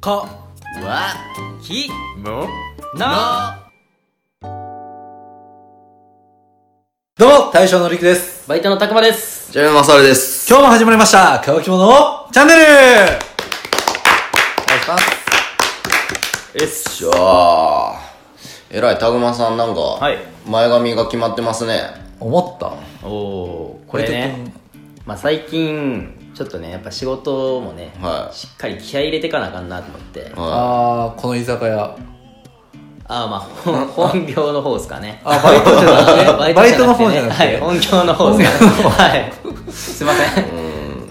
かわきもななどうも大将のりくですバイトのたくまです。ジャムマサルです今日も始まりました乾き物のチャンネルお願いしますよっしゃーえらいタグマさんなんか、はい前髪が決まってますね思ったおお、これね、まあ最近、ちょっとね、やっぱ仕事もね、はいしっかり気合い入れてかなあかんなと思って、あはあーこの居酒屋あーまあ、ほん本業の方ですかね。あバイトじゃな くてバイトの方じゃなくはい、て本業の方ですかね。はい。すいません。いう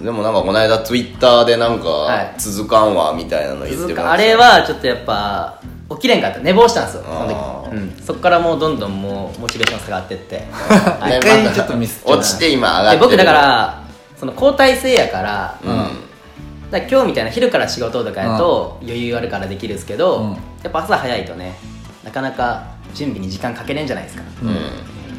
んでもなんかこの間ツイッターでなんか、はい続かんわみたいなの言ってま続したかあれはちょっとやっぱ起きれんかった寝坊したんですよそあの時、うん、そっからもうどんどんもうモチベーション下がってって、はいね一回ちょっとミスっちゃう落ちて今上がってでる僕だからその交代制やから,、うん、だから今日みたいな昼から仕事とかやと余裕あるからできるんですけど、うんやっぱ朝早いとねなかなか準備に時間かけれんじゃないですか、うん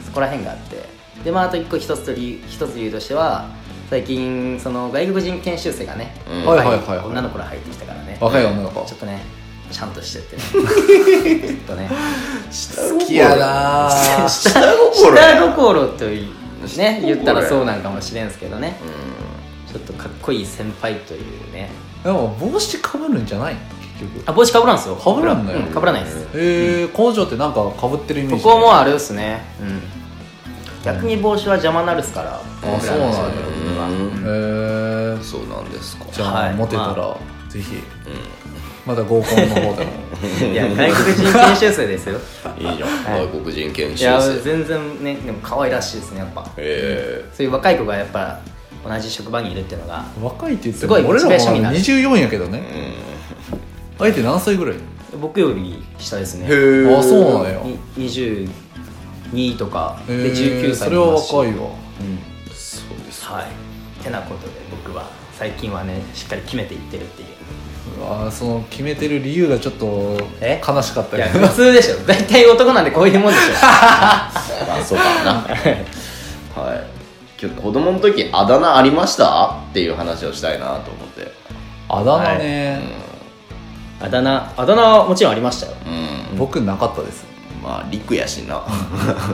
そこら辺があってでまああと一個一つと理由一つ理由としては最近その外国人研修生がね、うんはいはいはいはい女の子ら入ってきたからね若い女の子ちょっとね、ちゃんとして ってね。ちょっとね。好きやなー下心下心というね、言ったらそうなんかもしれんすけどね。ちょっとかっこいい先輩というね。 でも帽子かぶるんじゃないの結局あ、帽子かぶらんすよ。かぶらんのようかぶらないです。えー、工場ってなんかかぶってるイメーこジこもあれですね。うん。逆に帽子は邪魔なるっすから、僕らのそう仕事なんだはうんえー、そうなんですかじゃあ、はいモテたら、まぜひ、まだ合コンの方でもいや、外国人研修生ですよ。いいじゃん、はい外国人研い修や、生全然ね、でも可愛らしいですね、やっぱ。えそういう若い子がやっぱ同じ職場にいるっていうのが。若いって言ってすもごいモ俺チらベーションにもなる24やけどねえうん相手何歳ぐらい僕より下ですねへーあそうなんやに22とかでえー19歳それは若いわそうんうですかはいてなことで僕は最近はねしっかり決めていってるっていううわーその決めてる理由がちょっとえ悲しかったいやけど普通でしょ大体男なんでこういうもんでしあそうかな はい今日子供の時あだ名ありましたっていう話をしたいなと思ってあだ名ね、ょあだ名あだ名はもちろんありましたようん僕なかったですまあ陸やしなだか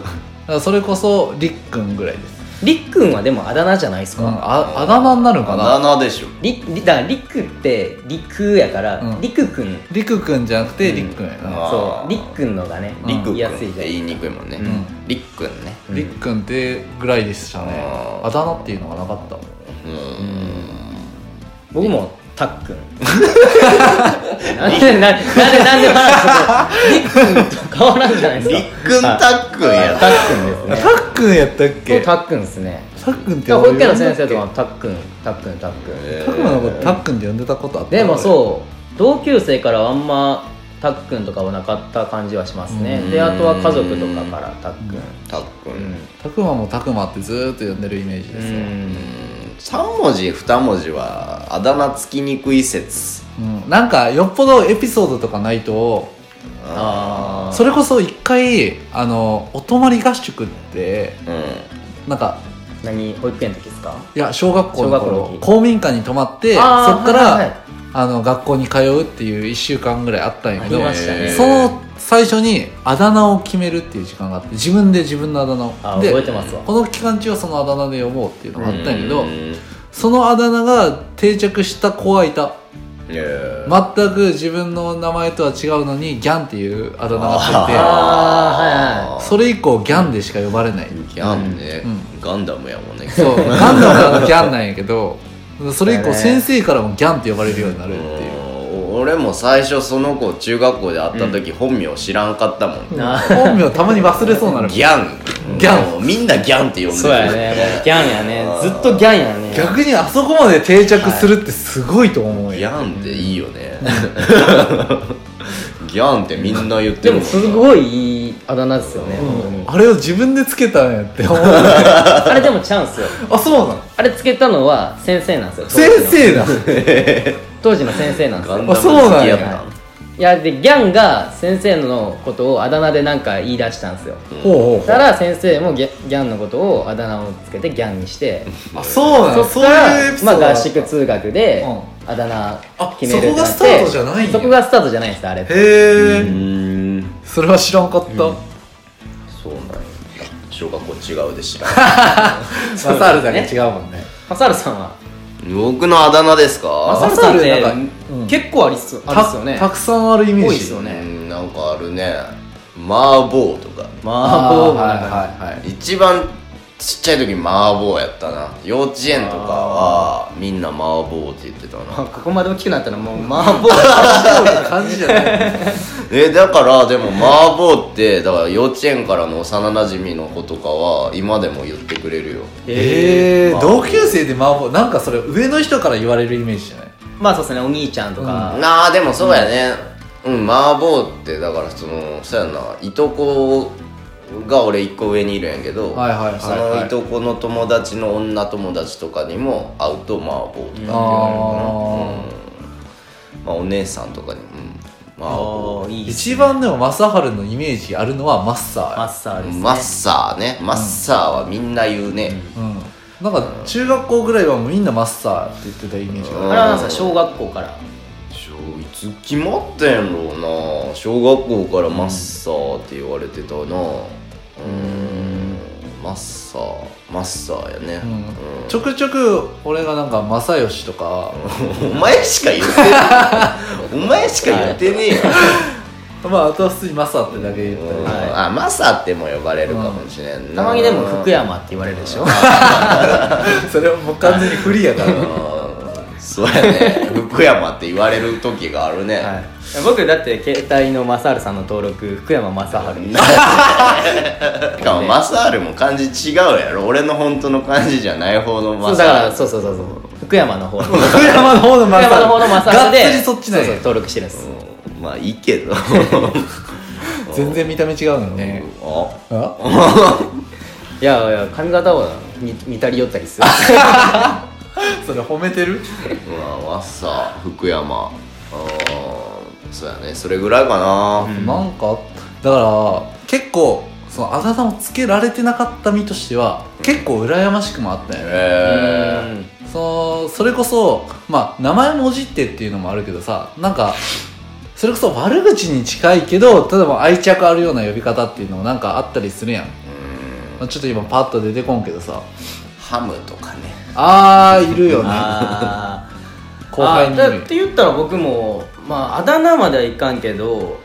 らそれこそりっくんぐらいです、りっくんはでもあだ名じゃないですうん、か、ああだ名になるのかあなだ名でしょりりだからりっくってりくやから、うんりくくんりくくんじゃなくてりっくんやな、そあーうりっくんのがね陸くん言いやすいって言いにくいもんねん陸くんねりっくんってぐらいでしたねうんあだ名っていうのがなかったうん僕もたっくんなんでなんでなんで笑ってるのりっくんと変わらんじゃないですか陸くんたっくんやたっくんですねたっくんやったっそうけたっくんですねたっくんって保育園のた先生とかもたっくんたっくんたっくんえたくんのことたっくんって呼んでたことあったでもそう同級生からはあんまたっくんとかはなかった感じはしますねうんであとは家族とかからたっくんーたっくうんんたくまもたくまってずーっと呼んでるイメージうですよん3文字2文字はあだ名つきにくい説うんなんかよっぽどエピソードとかないとあそれれこそ一回あのお泊まり合宿ってうんなんか何保育園の時ですかいや小学校小の学校の頃時公民館に泊まってそっあーから、はいはいはいあの学校に通うっていう1週間ぐらいあったんやけどありましたねその最初にあだ名を決めるっていう時間があって自分で自分のあだ名をあで覚えてますわこの期間中はそのあだ名で呼ぼうっていうのがあったんやけどうんそのあだ名が定着した子はいたいやー全く自分の名前とは違うのにギャンっていうあだ名がついあーはいはいてそれ以降ギャンでしか呼ばれないギャンね、うガンダムやもんねそう何度もあのギャンなんやけどそれ以だ降ね先生からもギャンって呼ばれるようになるっていううん俺も最初その子中学校で会った時、本名知らんかったもんな本名たまに忘れそうになるギャンギャンもうみんなギャンって呼んでるそうやね、もうギャンやね、ずっとギャンやね。逆にあそこまで定着するってすごいと思うギよ、ャンっていいよねギャンってみんな言ってでるもすごいいいあだ名ですよね、本当にあれを自分でつけたんやって思うあれでもチャンスよ。あそうなのあれつけたのは先生なんですよ。先生だ当時の当時の先生なんですガンよ。ダム好きやったあそうなんやいやでギャンが先生のことをあだ名でなんか言い出したんですよほうほうほうだから先生もギャギャンのことをあだ名をつけてギャンにしてあそうなそのっそかういうエピソーら、まドあ、合宿通学でうあだ名あ決めるってなってそこがスタートじゃないんやそこがスタートじゃないんですあれってへえ、うんそれは知らんかった、そうなんや小学校違うでしょ刺さるだけ違うもんねマサルさんは僕のあだ名ですかあママササルルっっててうん結構ありっすあるっすよねたたくさんあるイメージ多いっすよねうんなんかあるね麻婆とかまああーボはいーははいはい一番ちっちゃい時麻婆やったな幼稚園とかはみんな麻婆って言ってた まあなここまで大きくなったらもう マーボー感じじゃ ないえだからでも麻婆ってだから幼稚園からの幼なじみの子とかは今でも言ってくれるよえまー、あ同級生で麻婆なんかそれ上の人から言われるイメージじゃないまあそうですねお兄ちゃんとか、なあでもそうやねうん麻婆ってだからそのそうやないとこが俺一個上にいるんやけど、はいはいはいはいそのいとこの友達の女友達とかにも会うと麻婆とかって言われるかな、うんまあ、お姉さんとかにも、うん、麻婆おーいいっす一番でも正治のイメージあるのはマッサーやマッサーですねマッサーねマッサーはみんな言うね、うんなんか中学校ぐらいはもうみんなマッサーって言ってたイメージがあうるんあれはなんすか小学校から小いつ決まってんろうな小学校からマッサーって言われてたなうーんマッサーマッサーやね、ううんんちょくちょく俺がなんか正義とか、お前しか言っ てねえお前しか言ってねえよ、まああとは普通にマッサーってだけ言ったり、うんはいあマサっても呼ばれるかもしれんなたまにでも福山って言われるでしょそれはもう完全にフリーやから、うんそうやね福山って言われる時があるね、はい、僕だって携帯のマサールさんの登録福山雅治なしかもマサールも漢字違うやろ俺の本当の漢字じゃない方の そマうだかサーらルそうそうそうそう福山の方に 福福山の方のマッサー山の方のマサールでがっつりそっちなんやそうそう登録してるんですうんまあいいけど 全然見た目違うのにね、ああ いやいや髪型は似似たり寄ったりするそれ褒めてるうわマッサー福山うんそうやねそれぐらいかな、なんかだから結構そのあだ名をつけられてなかった身としては結構羨ましくもあったよね、え うんそのそれこそまあ名前もじってっていうのもあるけどさなんかそれこそ悪口に近いけど例えば愛着あるような呼び方っていうのもなんかあったりするやんーうんまあちょっと今パッと出てこんけどさハムとかねあーいるよねあ ー後輩にいあるだって言ったら僕もまああだ名まではいかんけど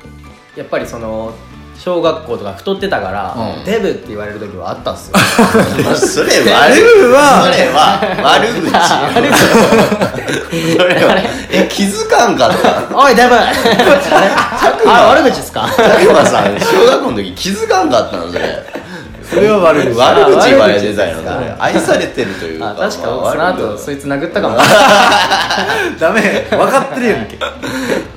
やっぱりその小学校とか太ってたから、うんデブって言われる時 はあったっすよそれ悪デブはそれは悪 口それはえ気づかんかった おいデブあ悪口ですか佐久間さん小学校の時気づかんかったのそれそれは悪い悪で口す言われてたよあ悪口ですね愛されてるというかあ確かまあ僕その悪後口そいつ殴ったかもダメ 分かってるやんけ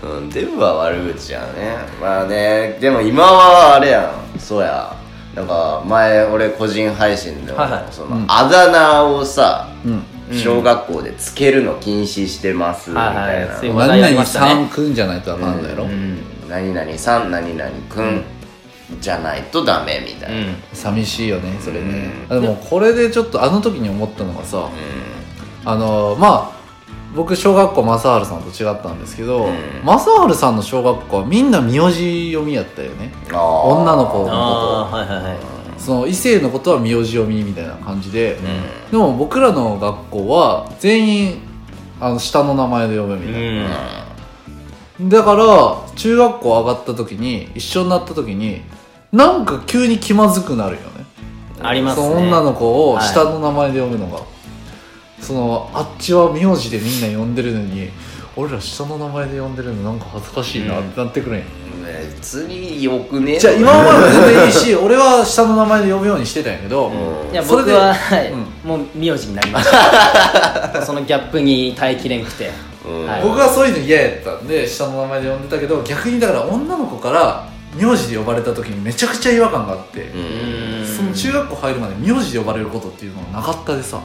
うん、デブは悪口やねまあねでも今はあれやんそうやなんか前俺個人配信でも、はいはいそのあだ名をさ、うん小学校でつけるの禁止してますみはいはたいいな、つい話題あり何ま々したねさんくんじゃないとあかんのやろ、うん何々さん何々くんじゃないとダメみたいな、寂しいよねそれね、うあでもこれでちょっとあの時に思ったのがさあのまあ僕小学校正治さんと違ったんですけど、うん正治さんの小学校はみんな名字読みやったよねあー女の子ああはいはいはいその異性のことは名字読みみたいな感じで、うでも僕らの学校は全員あの下の名前で呼ぶみたいな、うんんだから中学校上がった時に一緒になった時になんか急に気まずくなるよねありますねその女の子をはい下の名前で呼ぶのが、そのあっちは名字でみんな呼んでるのに俺ら下の名前で呼んでるのなんか恥ずかしいなってなってくるんや、ね普通によくねじゃあ今まで全然いい し俺は下の名前で呼ぶようにしてたんやけど、うんいやそれ僕では、はいうんもう名字になりました そのギャップに耐えきれんくてうんはい僕はそういうの嫌やったんで下の名前で呼んでたけど逆にだから女の子から名字で呼ばれた時にめちゃくちゃ違和感があって、うんその中学校入るまで名字で呼ばれることっていうのがなかったでさ、う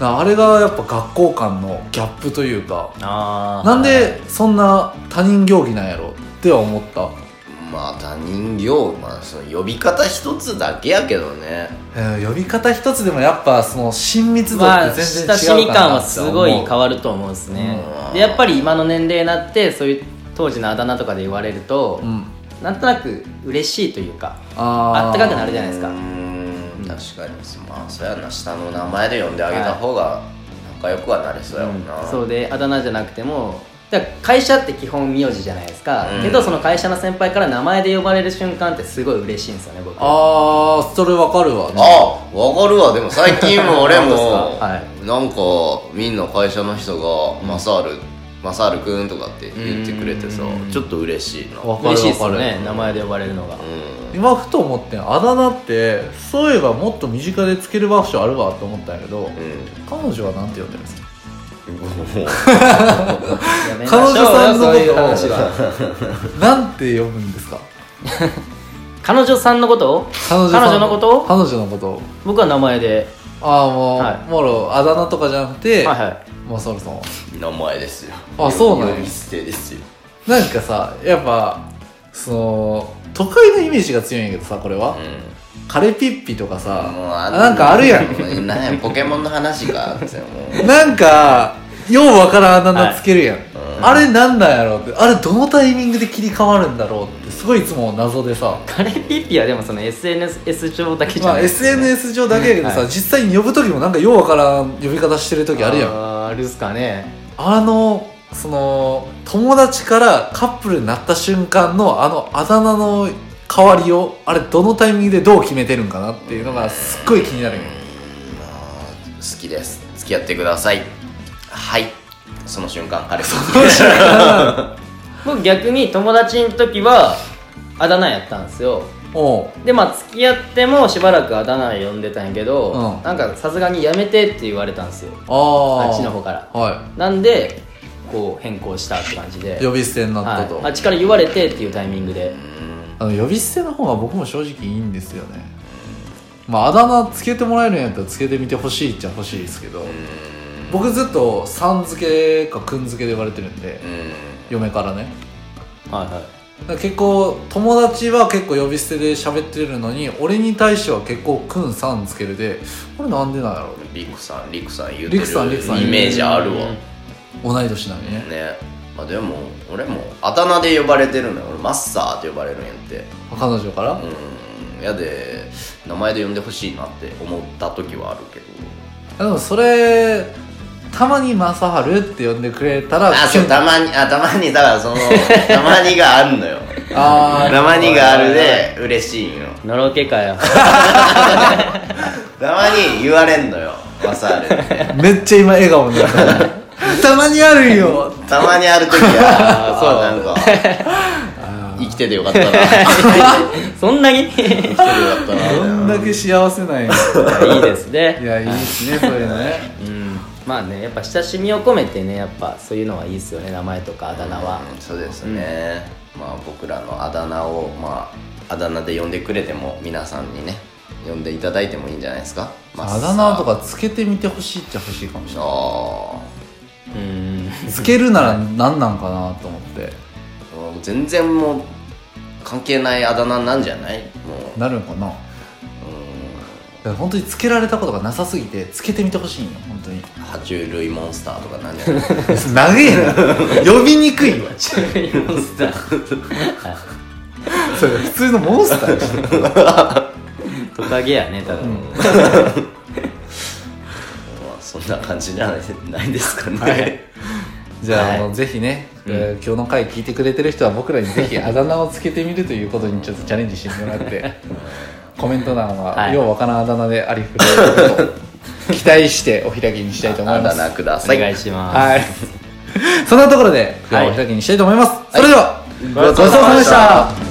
だんからあれがやっぱ学校間のギャップというかあーなんでそんな他人行儀なんやろっては思ったまあ他人行まあその呼び方一つだけやけどねうん呼び方一つでもやっぱその親密度まっあ、て全親し然違みうかな感はってす思うごい変わると思うんですねうんでやっぱり今の年齢になってそういう当時のあだ名とかで言われると、うんなんとなく嬉しいというかあーあったかくなるじゃないですうかーん確かにまあそうやな下の名前で呼んであげた方が仲良くはなれそうやもんな、そうであだ名じゃなくてもだから会社って基本名字じゃないですか、うんけどその会社の先輩から名前で呼ばれる瞬間ってすごい嬉しいんですよね僕あーそれわかるわあわかるわでも最近も俺 も、本当ですかはなんかみんな会社の人が「マサールマサールくん」とかって言ってくれてさうんちょっと嬉しいなわかる嬉しいですよねわかる名前で呼ばれるのが、う今ふと思ってんあだ名ってそういえばもっと身近でつける場所あるわと思ったんやけどんうん彼女はなんて呼んでるん ですかもうやめましょ彼う女さんのそういうこ話はとをなんて呼ぶんですか彼女さんのことを彼女さん彼女のこと彼女のことを僕は名前でああもう、はいもろあだ名とかじゃなくて、はいはいもうそろそろ名前ですよあそうなんや呼び捨てですよなんかさやっぱその都会のイメージが強いんやけどさこれは、うカレピッピとかさんもうあなんかあるや んもうなんやポケモンの話かってもうなんかようわからんあだ名つけるやん、うんあれなんなんやろうってあれどのタイミングで切り替わるんだろうってすごいいつも謎でさ、カレーピッピはでもその SNS 上だけじゃまなあ、いですか、 SNS 上だけやけどさ、はい実際に呼ぶ時もなんかようわからん呼び方してる時あるやんああーあるっすかねのその友達からカップルになった瞬間のあのあだ名の変わりをあれどのタイミングでどう決めてるんかなっていうのがすっごい気になるよまあ好きです付き合ってくださいはいその瞬間彼氏 僕逆に友達の時はあだ名やったんですよおうでまあ付き合ってもしばらくあだ名呼んでたんやけど、うんなんかさすがにやめてって言われたんですよああーっちの方からはなんでこう変更したって感じでい呼び捨てになったと、はいあっちから言われてっていうタイミングであの呼び捨ての方が僕も正直いいんですよねまああだ名つけてもらえるんやったらつけてみてほしいっちゃほしいですけど僕ずっと「さん」付けか「くん」付けで言われてるんでうん嫁からねはいはいだから結構友達は結構呼び捨てで喋ってるのに俺に対しては結構「くん」「さん」付けるでこれなんでなんやろリクさんリクさん言うてるリクさんリクさんイメージあるわね同い年なのにねまあでも俺もあだ名で呼ばれてるのよ俺マッサーって呼ばれるんやって彼女からうんやで名前で呼んでほしいなって思った時はあるけどでもそれたまに「まさはる」って呼んでくれたらあそうたまにあたまにだから そのたまにがあるのよあーたまにがあるで嬉しいんよのろけかよ たまに言われんのよマサー ルってめっちゃ今笑顔になった たまにあるんよたまにある時はそうあなんか 生きててよかったな生そんなに いいきててよかったなどんだけ幸せなんやいですねやいいですねそういうのねうんまあねやっぱ親しみを込めてねやっぱそういうのはいいですよね名前とかあだ名は、うんそうですね、まあ僕らのあだ名をまああだ名で呼んでくれても皆さんにね呼んでいただいてもいいんじゃないですか、まあだ名とかつけてみてほしいっちゃほしいかもしれなあうんいつけるなら何なんかなと思ってあもう全然もう関係ないあだ名なんじゃないもうなるんかなうん本当につけられたことがなさすぎてつけてみてほしいんよ本当に爬虫類モンスターとかなんじゃない 長え な呼びにくいわモンスターそれ普通のモンスターやし トカゲやねただの、まあそんな感じじゃないないですかね、はいじゃあ、はいあのぜひね、うんえー今日の回聞いてくれてる人は僕らにぜひあだ名をつけてみるということにちょっとチャレンジしてもら ってコメント欄は、はいようわからんあだ名でありふれ ることを期待してお開きにしたいと思あいまだす名くだおさい願いしま す、はいそんなところで今日ははいお開きにしたいと思います、それでは、ごちそうごちそうささままででししたた